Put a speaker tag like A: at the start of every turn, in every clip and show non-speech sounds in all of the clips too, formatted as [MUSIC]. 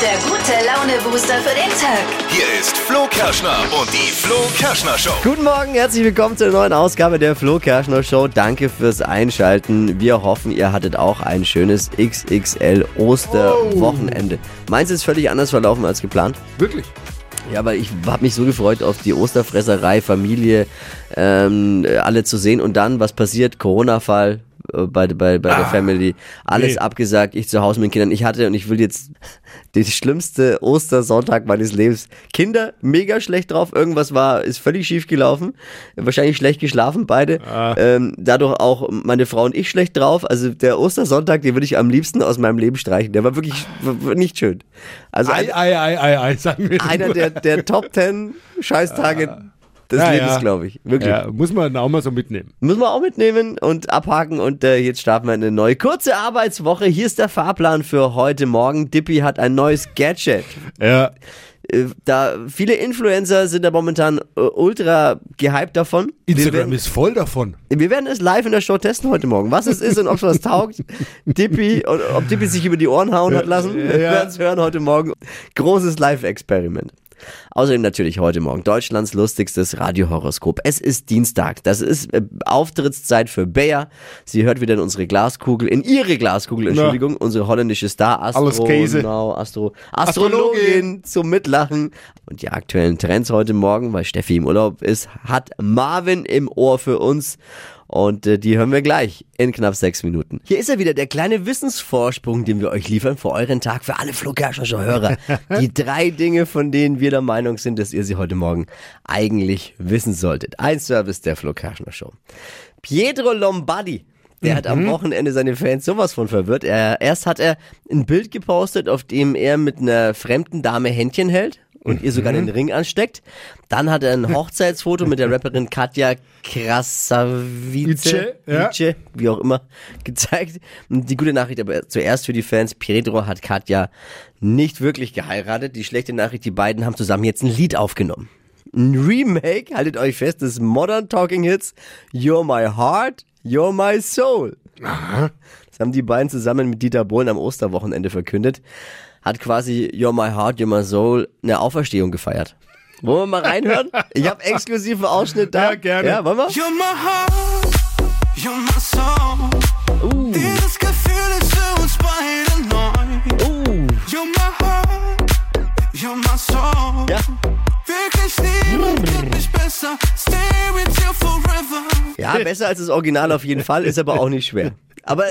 A: der gute Laune-Booster für den Tag.
B: Hier ist Flo Kerschner und die Flo Kerschner Show.
C: Guten Morgen, herzlich willkommen zur neuen Ausgabe der Flo Kerschner Show. Danke fürs Einschalten. Wir hoffen, ihr hattet auch ein schönes XXL Osterwochenende. Meins ist völlig anders verlaufen als geplant.
D: Wirklich?
C: Ja, aber ich habe mich so gefreut auf die Osterfresserei, Familie, ähm, alle zu sehen. Und dann, was passiert? Corona-Fall äh, bei, bei, bei der Family. Alles
D: Ah, nee.
C: abgesagt, ich zu Hause mit den Kindern. Ich hatte und ich will jetzt [LAUGHS] den schlimmste Ostersonntag meines Lebens. Kinder, mega schlecht drauf. Irgendwas war, ist völlig schief gelaufen. Wahrscheinlich schlecht geschlafen, beide.
D: Ah.
C: Ähm, dadurch auch meine Frau und ich schlecht drauf. Also der Ostersonntag, den würde ich am liebsten aus meinem Leben streichen. Der war wirklich w- w- nicht schön. Also ein-
D: Ah. Ei, ei, ei, ei, ei, sagen wir.
C: einer
D: nur.
C: der,
D: [LAUGHS]
C: der Top 10 Scheißtage des
D: Ah. Ja,
C: Lebens,
D: ja.
C: glaube ich. Wirklich.
D: Ja, muss man auch mal so mitnehmen.
C: Müssen wir auch mitnehmen und abhaken. Und äh, jetzt starten wir eine neue kurze Arbeitswoche. Hier ist der Fahrplan für heute Morgen. Dippy hat ein neues Gadget.
D: Ja,
C: Äh, da viele Influencer sind da momentan äh, ultra gehypt davon. Wir
D: Instagram
C: werden,
D: ist voll davon.
C: wir werden es live in der Show testen heute Morgen. Was es ist und ob es was
D: [LAUGHS]
C: taugt. Dippy, und ob Dippy sich über die Ohren hauen hat lassen. Wir
D: Ja.
C: werden es hören heute Morgen. Großes Live-Experiment. Außerdem natürlich heute Morgen Deutschlands lustigstes Radiohoroskop. Es ist Dienstag. Das ist äh, Auftrittszeit für Bea. Sie hört wieder in unsere Glaskugel, in ihre Glaskugel, Entschuldigung, unsere holländische Star
D: Alles Käse.
C: Astronau, Astro, Astrologin zum Mitlachen. Und die aktuellen Trends heute Morgen, weil Steffi im Urlaub ist, hat Marvin im Ohr für uns. Und äh, die hören wir gleich in knapp sechs Minuten. Hier ist er wieder, der kleine Wissensvorsprung, den wir euch liefern für euren Tag, für alle Flugherrscher Hörer. Die drei Dinge, von denen wir der Meinung sind, dass ihr sie heute Morgen eigentlich wissen solltet. Ein Service der Flugherrscher Show. Pietro Lombardi. Der hat am Wochenende seine Fans sowas von verwirrt. Er, erst hat er ein Bild gepostet, auf dem er mit einer fremden Dame Händchen hält und ihr sogar den Ring ansteckt. Dann hat er ein Hochzeitsfoto mit der Rapperin Katja Krasavice,
D: Itche, ja.
C: Itche, wie auch immer, [LAUGHS] gezeigt. Und die gute Nachricht aber zuerst für die Fans, Pietro hat Katja nicht wirklich geheiratet. Die schlechte Nachricht, die beiden haben zusammen jetzt ein Lied aufgenommen ein Remake, haltet euch fest, des Modern Talking Hits You're My Heart, You're My Soul. Das haben die beiden zusammen mit Dieter Bohlen am Osterwochenende verkündet. Hat quasi You're My Heart, You're My Soul eine Auferstehung gefeiert. Wollen wir mal reinhören? Ich habe exklusiven Ausschnitt da.
D: Ja, gerne.
C: Ja, wollen wir?
E: You're my heart, you're my soul. Dieses Gefühl ist für uns beide neu. You're my heart, you're my soul.
C: Ja.
E: Wirklich niemand kennt mich besser. Stay with you forever.
C: Ja, besser als das Original auf jeden Fall, ist aber auch nicht schwer. Aber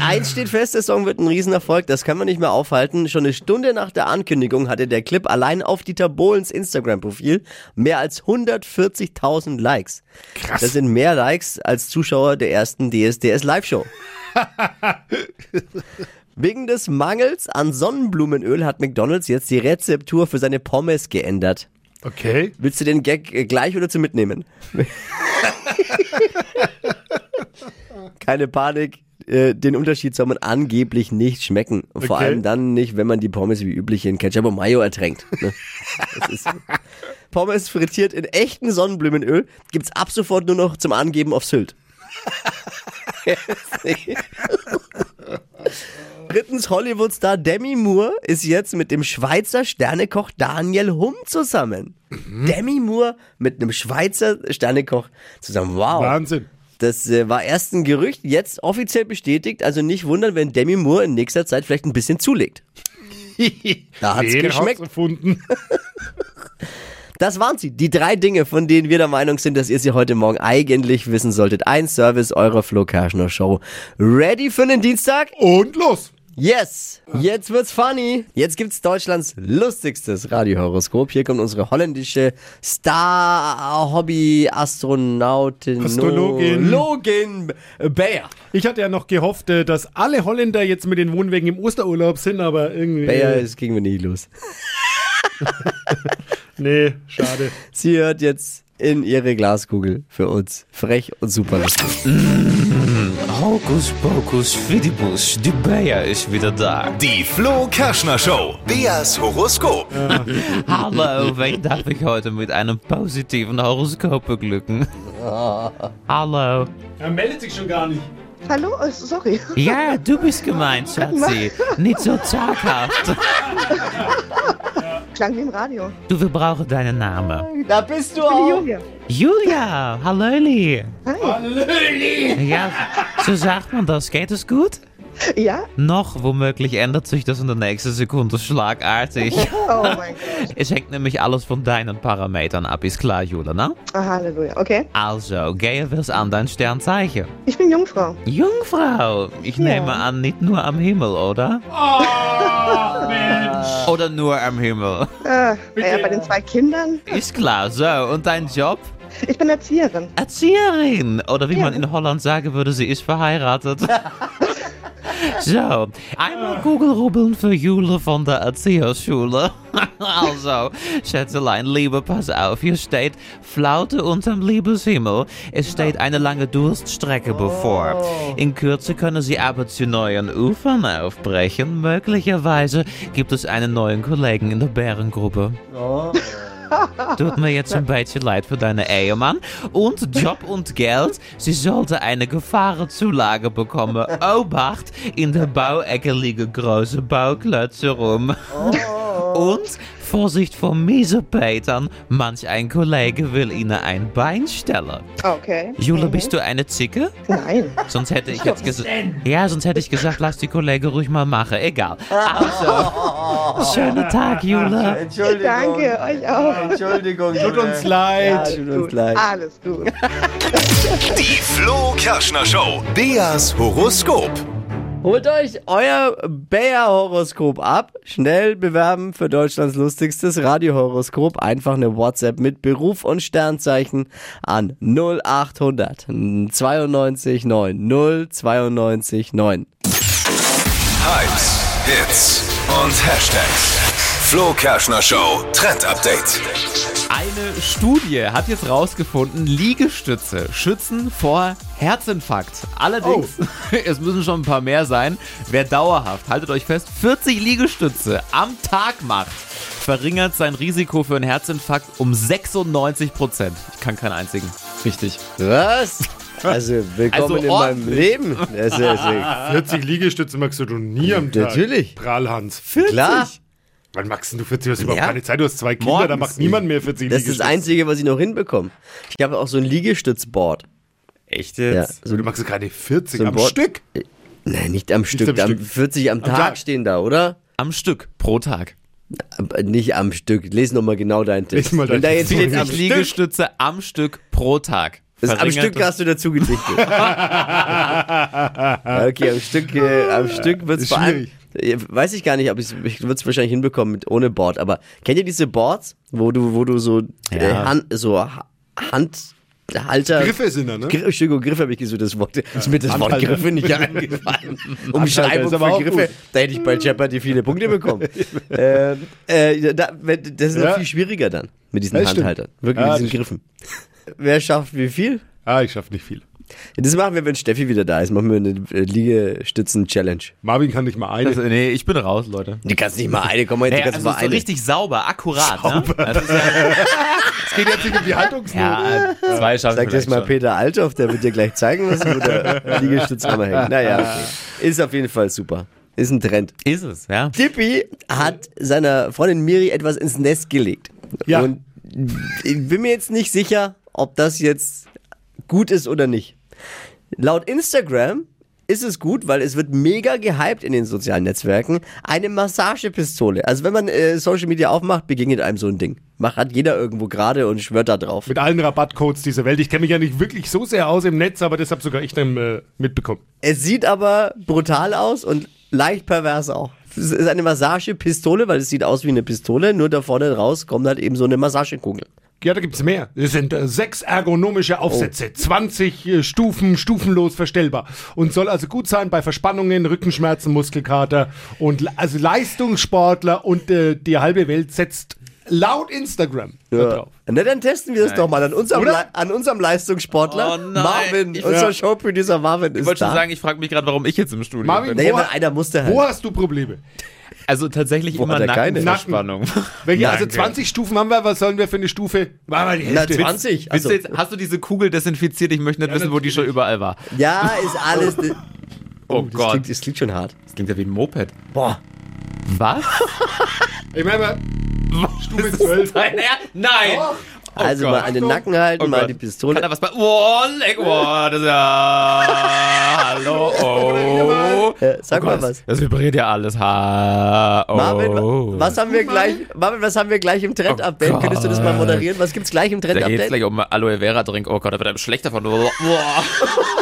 C: eins steht fest, der Song wird ein Riesenerfolg, das kann man nicht mehr aufhalten. Schon eine Stunde nach der Ankündigung hatte der Clip allein auf Dieter Bohlens Instagram-Profil mehr als 140.000 Likes. Krass. Das sind mehr Likes als Zuschauer der ersten DSDS-Live-Show. Wegen des Mangels an Sonnenblumenöl hat McDonald's jetzt die Rezeptur für seine Pommes geändert.
D: Okay.
C: Willst du den Gag äh, gleich oder zum Mitnehmen? Keine Panik. äh, Den Unterschied soll man angeblich nicht schmecken. Vor
D: Okay.
C: allem dann nicht, wenn man die Pommes wie üblich in Ketchup und Mayo ertränkt. Ne? Das ist Pommes frittiert in echtem Sonnenblumenöl gibt's ab sofort nur noch zum Angeben auf Sylt. [LAUGHS] Drittens, Hollywood-Star Demi Moore ist jetzt mit dem Schweizer Sternekoch Daniel Humm zusammen. Demi Moore mit einem Schweizer Sternekoch zusammen. Wow.
D: Wahnsinn.
C: Das äh, war erst ein Gerücht, jetzt offiziell bestätigt. Also nicht wundern, wenn Demi Moore in nächster Zeit vielleicht ein bisschen zulegt. [LAUGHS] Da hat's
D: Nee, der
C: geschmeckt.
D: hat's erfunden.
C: Das waren sie. Die drei Dinge, von denen wir der Meinung sind, dass ihr sie heute Morgen eigentlich wissen solltet. Ein Service eurer Flo Kerschner Show. Ready für den Dienstag?
D: Und los.
C: Yes! Jetzt wird's funny. Jetzt gibt's Deutschlands lustigstes Radiohoroskop. Hier kommt unsere holländische Star-Hobby-Astronautin.
D: Astrologin.
C: Login Bayer.
D: Ich hatte ja noch gehofft, äh, dass alle Holländer jetzt mit den Wohnwegen im Osterurlaub sind, aber irgendwie.
C: Bayer, es ging mir nie los.
D: äh, Nee, [LAUGHS] schade.
C: Sie hört jetzt in ihre Glaskugel für uns. Frech und super lustig.
F: Hocus pocus fidibus, die Beja is weer daar.
B: Die Flo Kerschner Show. Beas Horoskop.
F: Hallo, wen darf ik heute mit einem positiven Horoskop beglücken? Hallo.
D: Er meldet sich schon gar nicht.
G: hallo? Oh, sorry. [LAUGHS]
H: Ja, du bist gemeint, Schatzi. Nicht so zaghaft.
G: Klang wie im Radio.
H: Du, wir brauchen deinen Namen.
C: Da bist du
G: Die
C: auch.
G: Julia.
H: Julia, hallöli.
G: Hi.
H: Ja, so sagt man das. Geht es gut?
G: Ja?
H: Noch womöglich ändert sich das in der nächsten Sekunde schlagartig.
G: Oh mein Gott.
H: Es hängt nämlich alles von deinen Parametern ab, ist klar, Jule, ne?
G: Ah, Halleluja. Okay.
H: Also, gehe wir's an dein Sternzeichen.
G: Ich bin Jungfrau.
H: Jungfrau, ich nehme an, nicht nur am Himmel, oder? Oder nur am Himmel.
G: Äh, naja, bei den zwei Kindern.
H: Ist klar, so. Und dein Job?
G: Ich bin Erzieherin.
H: Erzieherin. Oder wie man in Holland sagen würde, sie ist verheiratet. so, einmal Kugelrubbeln für Jule von der Erzieherschule. [LAUGHS] also, Schätzelein, Liebe, pass auf. Hier steht Flaute unterm Liebeshimmel. Es steht eine lange Durststrecke bevor. In Kürze können sie aber zu neuen Ufern aufbrechen. Möglicherweise gibt es einen neuen Kollegen in der Bärengruppe. Tut mir jetzt ein bisschen leid für deine Ehemann. Und Job und Geld. Sie sollte eine Gefahrenzulage bekommen. Obacht, in der Bauecke liegen große Bauklötze rum. Und Vorsicht vor Miesepetern. Manch ein Kollege will ihnen ein Bein stellen.
G: Ah, Okay.
H: Jule, bist du eine Zicke?
G: [LAUGHS] Nein.
H: Sonst hätte ich jetzt gesagt. Ja, sonst hätte ich gesagt, lass die Kollege ruhig mal machen. Egal. Also, schönen Tag, Jule.
C: Entschuldigung.
G: Danke, euch auch.
C: Entschuldigung.
D: Tut uns leid.
C: Tut uns leid.
G: Alles gut.
B: Die Flo Kerschner Show. Beas Horoskop.
C: Holt euch euer Bär-Horoskop ab. Schnell bewerben für Deutschlands lustigstes Radiohoroskop. Einfach eine WhatsApp mit Beruf und Sternzeichen an 0800 92 9 092 9.
B: Hypes, Hits und Hashtags. Flo Kerschner Show Trend Update.
I: Eine Studie hat jetzt rausgefunden, Liegestütze schützen vor Herzinfarkt. Allerdings,
C: Oh.
I: [LAUGHS] es müssen schon ein paar mehr sein. Wer dauerhaft, haltet euch fest, 40 Liegestütze am Tag macht, verringert sein Risiko für einen Herzinfarkt um 96 Prozent. Ich kann keinen einzigen. Richtig.
C: Was? Also, willkommen
I: Also
C: in meinem
I: ordentlich.
C: Leben. Also, Das ist, [LAUGHS] das ist,
D: 40 Liegestütze magst du nie am Tag.
C: Natürlich.
D: Prahlhans.
C: klar,
D: Wann magst du 40? Du hast überhaupt
C: Ja.
D: keine Zeit. Du hast zwei Kinder, da
I: Morgens.
D: macht niemand mehr 40
C: das ist das
D: Liegestütze.
C: Einzige, was ich noch hinbekomme. Ich habe auch so ein Liegestützboard.
I: Echt
C: Ja,
I: jetzt?
C: so,
D: Du magst keine 40
C: Also so ein
D: am
C: Board-
D: Stück.
C: Nein, nicht am Stück,
D: am
C: am
D: Stück.
C: 40 am Tag,
D: Tag.
C: stehen da, oder?
I: Am Stück pro Tag.
C: Aber Nicht am Stück. Lese nochmal genau deinen Tipp.
D: Lies mal
C: Wenn da
D: deinen
C: jetzt
D: Tipp.
C: steht
I: 40
C: am Stück,
I: Liegestütze am Stück pro Tag.
C: das am
I: Verringert
C: Stück
I: das-
C: hast du dazu
D: [LAUGHS]
C: gedichtet. okay, am Stück, äh, am Stück wird es
D: Ist
C: vor allem.
D: schwierig.
C: äh, Weiß ich gar nicht, ob ich's- ich würde es wahrscheinlich hinbekommen mit ohne Board. Aber kennt ihr diese Boards, wo du, wo du so äh, Hand, so Ha- Handhalter
D: Griffe sind da, ne?
C: Gri- Entschuldigung, Griff habe ich gesucht, das Wort. Ist mir das Wort
D: Handhalter.
C: Griffe nicht
D: [LAUGHS]
C: eingefallen.
D: Handhalter
C: Umschreibung
D: ist aber
C: für
D: auch
C: Griffe.
D: gut.
C: Da hätte ich bei Jeopardy viele Punkte
D: [LAUGHS]
C: bekommen. ähm, äh, da, wenn- das ist noch
D: Ja.
C: viel schwieriger dann mit diesen
D: Ja, stimmt.
C: Handhaltern. Wirklich
D: Ja,
C: mit diesen Griffen. Ah, [LAUGHS] Wer schafft wie viel?
D: Ah, ich schaff nicht viel.
C: Das machen wir, wenn Steffi wieder da ist. Machen wir eine äh, Liegestützen-Challenge.
D: Marvin kann nicht mal eine.
I: Das,
H: Also,
I: nee, ich bin raus, Leute.
C: Die kannst nicht mal eine, komm mal, jetzt
I: Ja,
C: kannst
I: also
C: mal
I: so
C: eine.
I: richtig sauber, akkurat. Ne? Also,
C: [LAUGHS]
D: Es geht jetzt nicht um die Haltungsnot.
I: ja, zwei schaffen
C: Sag das
I: vielleicht
C: mal
I: schon.
C: Peter Althoff, der wird dir gleich zeigen, was du mit [LAUGHS] der Liegestützhammer hängt. Naja, okay. ist auf jeden Fall super. Ist ein Trend.
I: Ist es, ja.
C: Tippi hat seiner Freundin Miri etwas ins Nest gelegt.
D: Ja.
C: Und ich bin mir jetzt nicht sicher, ob das jetzt gut ist oder nicht. Laut Instagram ist es gut, weil es wird mega gehypt in den sozialen Netzwerken. Eine Massagepistole. Also wenn man äh, Social Media aufmacht, begegnet einem so ein Ding. Macht hat jeder irgendwo gerade und schwört da drauf.
D: Mit allen Rabattcodes dieser Welt. Ich kenne mich ja nicht wirklich so sehr aus im Netz, aber das habe sogar ich dann äh, mitbekommen.
C: Es sieht aber brutal aus und leicht pervers auch. Es ist eine Massagepistole, weil es sieht aus wie eine Pistole, nur da vorne raus kommt halt eben so eine Massagekugel.
D: Ja, da gibt's mehr. Es sind äh, sechs ergonomische Aufsätze, 20 äh, Stufen, stufenlos verstellbar. Und soll also gut sein bei Verspannungen, Rückenschmerzen, Muskelkater und le- also Leistungssportler und äh, die halbe Welt setzt laut Instagram da drauf.
C: Na, dann testen wir es doch mal an unserem,
D: Oder?
C: Le- an unserem Leistungssportler
I: Oh nein.
C: Marvin.
I: Ich-
C: unser Showproducer Marvin
I: Ich
C: ist
I: wollte schon
C: da.
I: sagen, ich frage mich gerade, warum ich jetzt im Studio bin.
D: Marvin,
C: naja,
D: Wo-
C: weil einer musste halt.
D: Wo hast du Probleme?
H: Also tatsächlich
C: Wo
H: immer
C: hat er keine?
H: Nackenverspannung. [LAUGHS]
D: Welche,
H: Ja,
D: also
H: danke.
D: 20 Stufen haben wir, was sollen wir für eine Stufe? Machen wir die
C: Na,
D: Hälfte.
C: 20.
H: Willst
C: Also,
H: du jetzt, hast du diese Kugel desinfiziert? Ich möchte nicht wissen, wo die schon überall war.
C: ja, ist alles. Oh,
H: Oh,
C: das
H: Gott.
C: Klingt, das klingt schon hart.
H: Das klingt ja wie ein Moped.
C: Boah. [LAUGHS]
H: Was?
D: Ich meine mal, Stufe 12.
H: Nein, ja, nein.
C: Also
H: Oh Gott.
C: mal an den Nacken halten,
H: Oh
C: mal
H: Gott.
C: die
H: Kann
C: Pistole.
H: da was bei. Oh, leck, oh, das ist ja.
C: [LAUGHS]
H: Hallo, oh.
C: Äh, sag
H: Oh
C: mal
H: Gott,
C: was.
H: Das vibriert ja alles. Ha, oh.
C: Marvin, wa- was haben
I: Oh
C: wir gleich? Marvin, was haben wir gleich im Trend-Update?
H: Oh
C: Könntest du das mal
H: Gott.
C: moderieren? Was gibt's gleich im
H: Da geht's
C: Trend-Update?
H: gleich um Aloe Vera Drink. Oh Gott, da wird einem schlecht davon. Boah.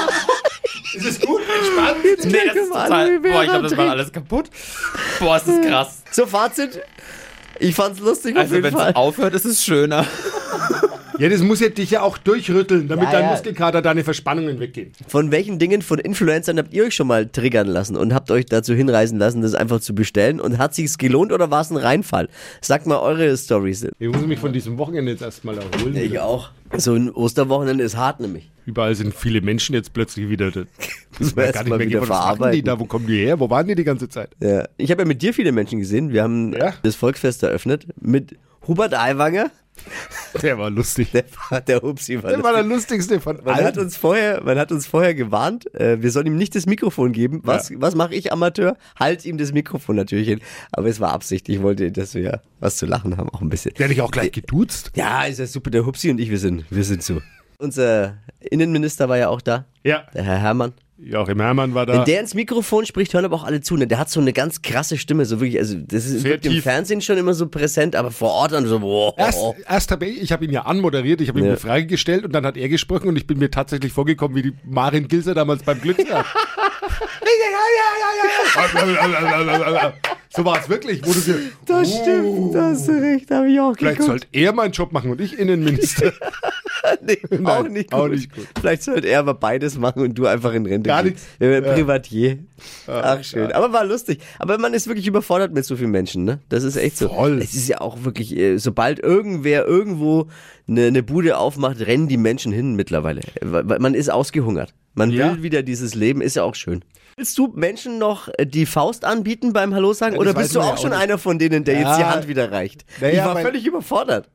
D: [LAUGHS] Ist es gut? Entspannt?
H: Nee, das
C: um
H: ist total.
C: Aloe Vera
H: Boah, ich glaube, das
C: Drink.
H: war alles kaputt. Boah, ist das krass.
C: So, Fazit. Ich fand's lustig auf
H: Also,
C: jeden
H: wenn
C: Fall.
H: es aufhört, ist es schöner.
D: Ja, das muss jetzt dich ja auch durchrütteln, damit
C: Ja,
D: dein
C: ja.
D: Muskelkater deine Verspannungen weggehen.
C: Von welchen Dingen von Influencern habt ihr euch schon mal triggern lassen und habt euch dazu hinreißen lassen, das einfach zu bestellen? Und hat sich's gelohnt oder war es ein Reinfall? Sagt mal eure Stories.
D: Ich muss mich von diesem Wochenende jetzt erstmal erholen.
C: auch. So ein Osterwochenende ist hart nämlich.
D: Überall sind viele Menschen jetzt plötzlich wieder.
C: [LAUGHS]
D: Das
C: Müssen wir erst mal wieder
D: gehen. Was machen die
C: verarbeiten.
D: da? Wo kommen die her? Wo waren die die ganze Zeit?
C: Ja. Ich habe ja mit dir viele Menschen gesehen. Wir haben
D: Ja.
C: das Volksfest eröffnet mit Hubert Aiwanger.
D: Der war lustig.
C: Der, war- der Hupsi war
D: Der war
C: das.
D: der lustigste von
C: Man hat,
D: allen.
C: uns vorher, man hat uns vorher gewarnt, äh, wir sollen ihm nicht das Mikrofon geben. Was, was mache ich, Amateur? Halt ihm das Mikrofon natürlich hin. Aber es war Absicht. Ich wollte, dass wir was zu lachen haben, auch ein bisschen.
D: Der hat dich auch gleich geduzt.
C: Ja, ist ja super. Der Hupsi und ich, wir sind, wir sind so. Unser Innenminister war ja auch da,
D: Ja.
C: der Herr Herrmann.
D: Joachim Herrmann war
C: Wenn
D: da.
C: der ins Mikrofon spricht, hören aber auch alle zu. Ne? Der hat so eine ganz krasse Stimme, so wirklich, also das ist
D: Sehr
C: wirkt im
D: tief.
C: Fernsehen schon immer so präsent, aber vor Ort dann so, boah.
D: Erst, erst habe ich, ich habe ihn ja anmoderiert, ich habe ihm
C: Ja.
D: eine Frage gestellt und dann hat er gesprochen und ich bin mir tatsächlich vorgekommen wie die Marin Gilser damals beim Glücksrad. [LAUGHS] so war es wirklich. Wo du dir, Oh.
C: das stimmt, das ist recht, habe ich auch
D: vielleicht sollte er meinen Job machen und ich Innenminister.
C: Nee, auch,
D: [LAUGHS] Nein,
C: nicht gut.
D: auch nicht gut.
C: Vielleicht sollte er aber beides machen und du einfach in Rente
D: Gar
C: gehen.
D: nichts. Ah,
C: Wir werden Privatier. Ach, schön. Aber war lustig. Aber man ist wirklich überfordert mit so vielen Menschen, ne? Das ist echt so.
D: Voll.
C: Es ist ja auch wirklich, äh, sobald irgendwer irgendwo eine, eine Bude aufmacht, rennen die Menschen hin mittlerweile. Weil- weil Man ist ausgehungert. Man will
D: Ja.
C: wieder dieses Leben, ist ja auch schön. Willst du Menschen noch äh, die Faust anbieten beim Hallo sagen?
D: Ja, das
C: Oder
D: weiß
C: bist du
D: man ja
C: auch
D: auch
C: schon
D: nicht.
C: einer von denen, der jetzt die
D: Ja.
C: Hand wieder reicht?
D: Naja,
C: ich war
D: mein-
C: völlig überfordert.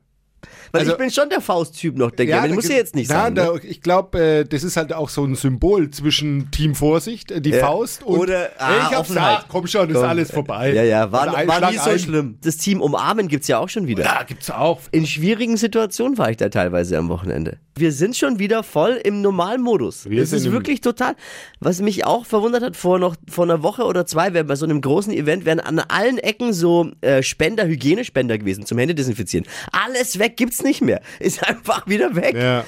C: Weil
D: Also-
C: ich bin schon der Fausttyp noch, denke ich. Aber
D: da
C: das muss [LAUGHS] ja
D: gibt-
C: jetzt nicht
D: Nein,
C: sein. ne?
D: da, ich glaube, äh, das ist halt auch so ein Symbol zwischen Team Vorsicht, äh, die
C: Ja.
D: Faust und
C: Oder, ah,
D: Ey, ich hab's
C: Offenheit.
D: nach, komm schon, ist
C: Komm,
D: alles vorbei.
C: Ja, ja, war,
D: Oder also ein
C: war nie
D: Schlag
C: so
D: ein.
C: schlimm. Das Team Umarmen gibt's ja auch schon wieder.
D: Ja, gibt's auch.
C: In schwierigen Situationen war ich da teilweise am Wochenende. Wir sind schon wieder voll im Normalmodus.
D: Wir
C: das
D: sind
C: ist
D: im-
C: wirklich total. Was mich auch verwundert hat, vor noch vor einer Woche oder zwei, während bei so einem großen Event wären an allen Ecken so äh, Spender, Hygienespender gewesen zum Händedesinfizieren. Alles weg gibt's nicht mehr. Ist [LAUGHS] einfach wieder weg.
D: Ja.
C: Äh,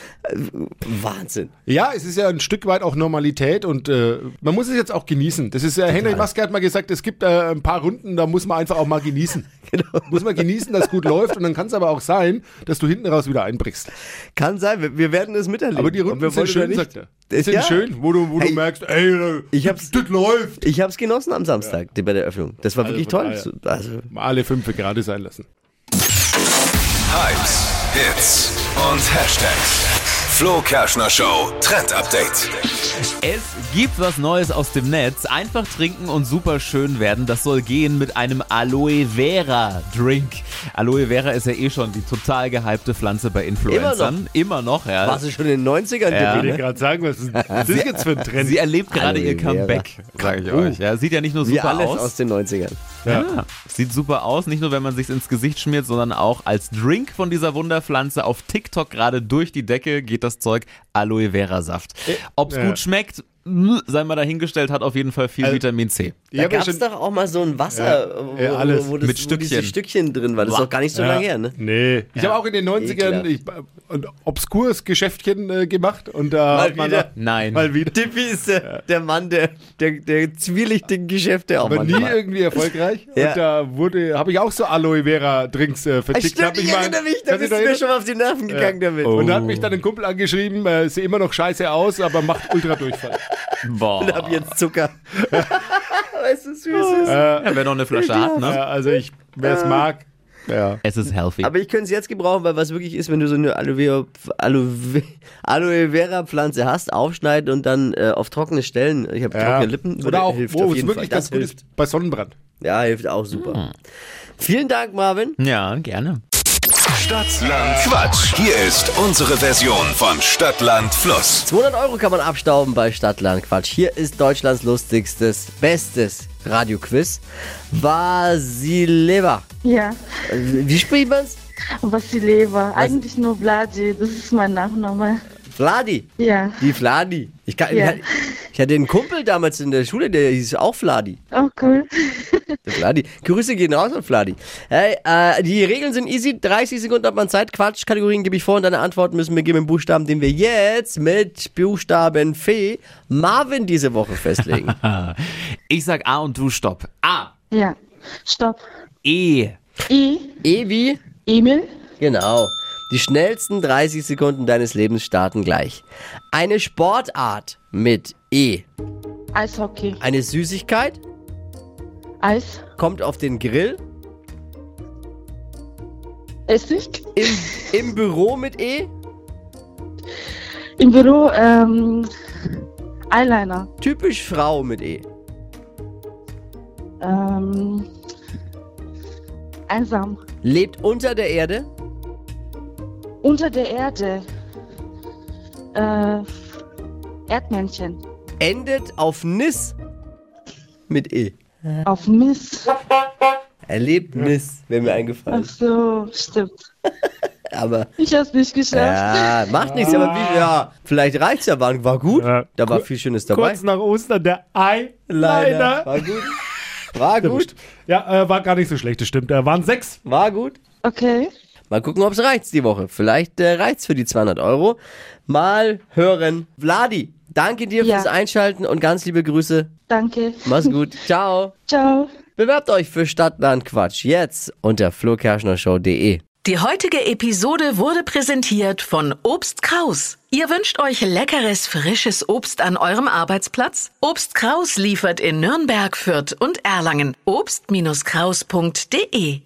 C: Wahnsinn.
D: Ja, es ist ja ein Stück weit auch Normalität und äh, man muss es jetzt auch genießen. Das ist ja, Henry Maske hat mal gesagt, es gibt äh, ein paar Runden, da muss man einfach auch
C: [LAUGHS]
D: mal genießen.
C: Genau.
D: Muss man genießen, dass gut läuft und dann kann es aber auch sein, dass du hinten raus wieder einbrichst.
C: Kann sein, wir, wir werden es miterleben.
D: Aber die
C: Ob
D: Runden
C: wir
D: sind
C: wollen oder
D: schön, sagt er. Die
C: Das-
D: sind
C: ja.
D: schön, wo du, wo
C: Hey,
D: du merkst, ey,
C: ich
D: das
C: hab's-
D: das läuft.
C: Ich habe es genossen am Samstag die- bei der Eröffnung. Das war wirklich toll.
D: von daher.
C: So- Also,
D: Mal alle fünf gerade sein lassen.
B: Hypes, Hits und Hashtags. Flo Kerschner Show Trend Update.
H: Es gibt was Neues aus dem Netz. Einfach trinken und super schön werden. Das soll gehen mit einem Aloe Vera Drink. Aloe Vera ist ja eh schon die total gehypte Pflanze bei Influencern. Immer noch, ja.
C: warst du schon in den 90ern?
H: Ja.
C: Dippy,
D: Ich
C: ne?
D: will gerade sagen, was ist das ist jetzt für ein Trend?
H: Sie erlebt gerade ihr
C: Aloe Vera.
H: Comeback, sage ich euch. Ja, sieht ja nicht nur
C: Wie
H: super
C: alles
H: Uh. aus.
C: aus. den 90ern.
H: ja. Sieht super aus, nicht nur wenn man sich's ins Gesicht schmiert, sondern auch als Drink von dieser Wunderpflanze auf TikTok gerade durch die Decke geht das Zeug Aloe Vera Saft. Ob's
D: Äh, ja.
H: gut schmeckt, mh, sei mal dahingestellt, hat auf jeden Fall viel
D: Also-
H: Vitamin C.
D: Ich
C: Da
D: hab ja
C: gab's
D: schon-
C: doch auch mal so ein Wasser,
D: Ja.
C: wo,
D: Ja, alles.
C: wo, wo, das,
H: Mit
C: wo diese
H: Stückchen.
C: Stückchen drin waren. Das ist
H: Boah.
C: doch gar nicht so lange her, ne?
D: Nee. Ich habe auch in den 90ern
C: Ekelhaft.
D: ich, ein obskures Geschäftchen äh, gemacht und da
C: Mal
D: hat man
C: wieder.
D: da-
H: Nein.
D: mal wieder.
C: Dippy ist der, der Mann der, der, der zwielichtigen Geschäfte auch
D: Aber nie
C: manchmal.
D: irgendwie erfolgreich.
C: Ja.
D: Und da wurde, habe ich auch so Aloe Vera Drinks äh,
C: Ah,
D: vertickt. Hab
C: Stimmt, ich
D: mal-
C: erinnere mich, da
D: Kannst
C: bist
D: du
C: du mir
D: dich noch Oh.
C: schon mal auf die Nerven gegangen damit.
D: erinnern? Und
C: Und
D: da hat mich dann ein Kumpel angeschrieben, äh, sehe immer noch scheiße aus, aber macht Ultradurchfall.
H: [LAUGHS]
D: [LAUGHS]
H: Boah.
C: hab jetzt Zucker. [LAUGHS] weißt du,
D: Oh.
C: süßes.
H: Ja, wer noch eine Flasche hat, ne?
D: ja, also ich, wer es mag. Ja.
H: Es ist healthy.
C: Aber ich könnte es jetzt gebrauchen, weil was wirklich ist, wenn du so eine Aloe Vera, Aloe, Aloe Vera Pflanze hast, aufschneiden und dann äh, auf trockene Stellen, ich habe
D: Ja.
C: trockene Lippen,
D: Oder auch,
C: hilft
D: wo
C: auf
D: es
C: jeden
D: wirklich
C: Fall.
D: ganz
C: Das
D: gut
C: hilft.
D: ist, Hm. bei Sonnenbrand.
C: Ja, hilft auch super. Vielen Dank, Marvin.
H: Ja, gerne.
B: Stadtland Quatsch. Hier ist unsere Version von Stadtland Fluss.
C: 200 Euro kann man abstauben bei Stadtland Quatsch. Hier ist Deutschlands lustigstes, bestes Radioquiz. Vasileva.
G: [LAUGHS] Ja,
C: Äh, Wie spricht man's?
G: Vasileva. Eigentlich nur Vladi, das ist mein Nachname.
C: Vladi.
G: Ja,
C: Die Vladi. Ich, kann,
G: Ja.
C: ich, hatte, ich hatte einen Kumpel damals in der Schule, der hieß auch Vladi.
G: auch Oh, cool. [LAUGHS]
C: Der Vladi. Grüße gehen raus an Vladi. Hey, äh, die Regeln sind easy. 30 Sekunden hat man Zeit. Quatsch. Kategorien gebe ich vor und deine Antworten müssen wir geben im Buchstaben, den wir jetzt mit Buchstaben Fee Marvin diese Woche festlegen.
H: Ich sag A und du stopp. A.
G: Ja, stopp.
H: E.
G: I,
C: Evi.
G: Emil,
C: E Genau. Die schnellsten 30 Sekunden deines Lebens starten gleich. Eine Sportart mit E.
G: Eishockey,
C: Eine Süßigkeit
G: Eis,
C: kommt auf den Grill.
G: Essig.
C: Im, im Büro mit E.
G: Im Büro, ähm, Eyeliner,
C: Typisch Frau mit E.
G: ähm, einsam.
C: Lebt unter der Erde.
G: Unter der Erde, äh, Erdmännchen.
C: Endet auf Nis mit E.
G: Auf Mist.
C: Erlebt Nis, wenn mir eingefallen
G: Ach
C: ist.
G: so, stimmt.
C: Aber
G: Ich hab's nicht geschafft.
C: ja, macht nichts, aber wie, ja, vielleicht reicht's ja, war, war gut.
D: Ja.
C: Da war viel Schönes dabei.
D: Kurz ne? nach Ostern der
C: Leider.
D: Eyeliner.
C: War gut. War gut.
D: Ja, äh, war gar nicht so schlecht, das stimmt. Äh, waren sechs.
C: War gut.
G: Okay.
C: Mal gucken, ob's reizt die Woche. Vielleicht äh, reizt für die 200 Euro. Mal hören. Vladi, danke dir
G: Ja.
C: fürs Einschalten und ganz liebe Grüße.
G: Danke.
C: Mach's gut. Ciao.
G: Ciao.
C: Bewerbt euch für Stadtland Quatsch jetzt unter flokerschnershow.de.
A: Die heutige Episode wurde präsentiert von Obst Kraus. Ihr wünscht euch leckeres, frisches Obst an eurem Arbeitsplatz? Obst Kraus liefert in Nürnberg, Fürth und Erlangen. Obst-Kraus.de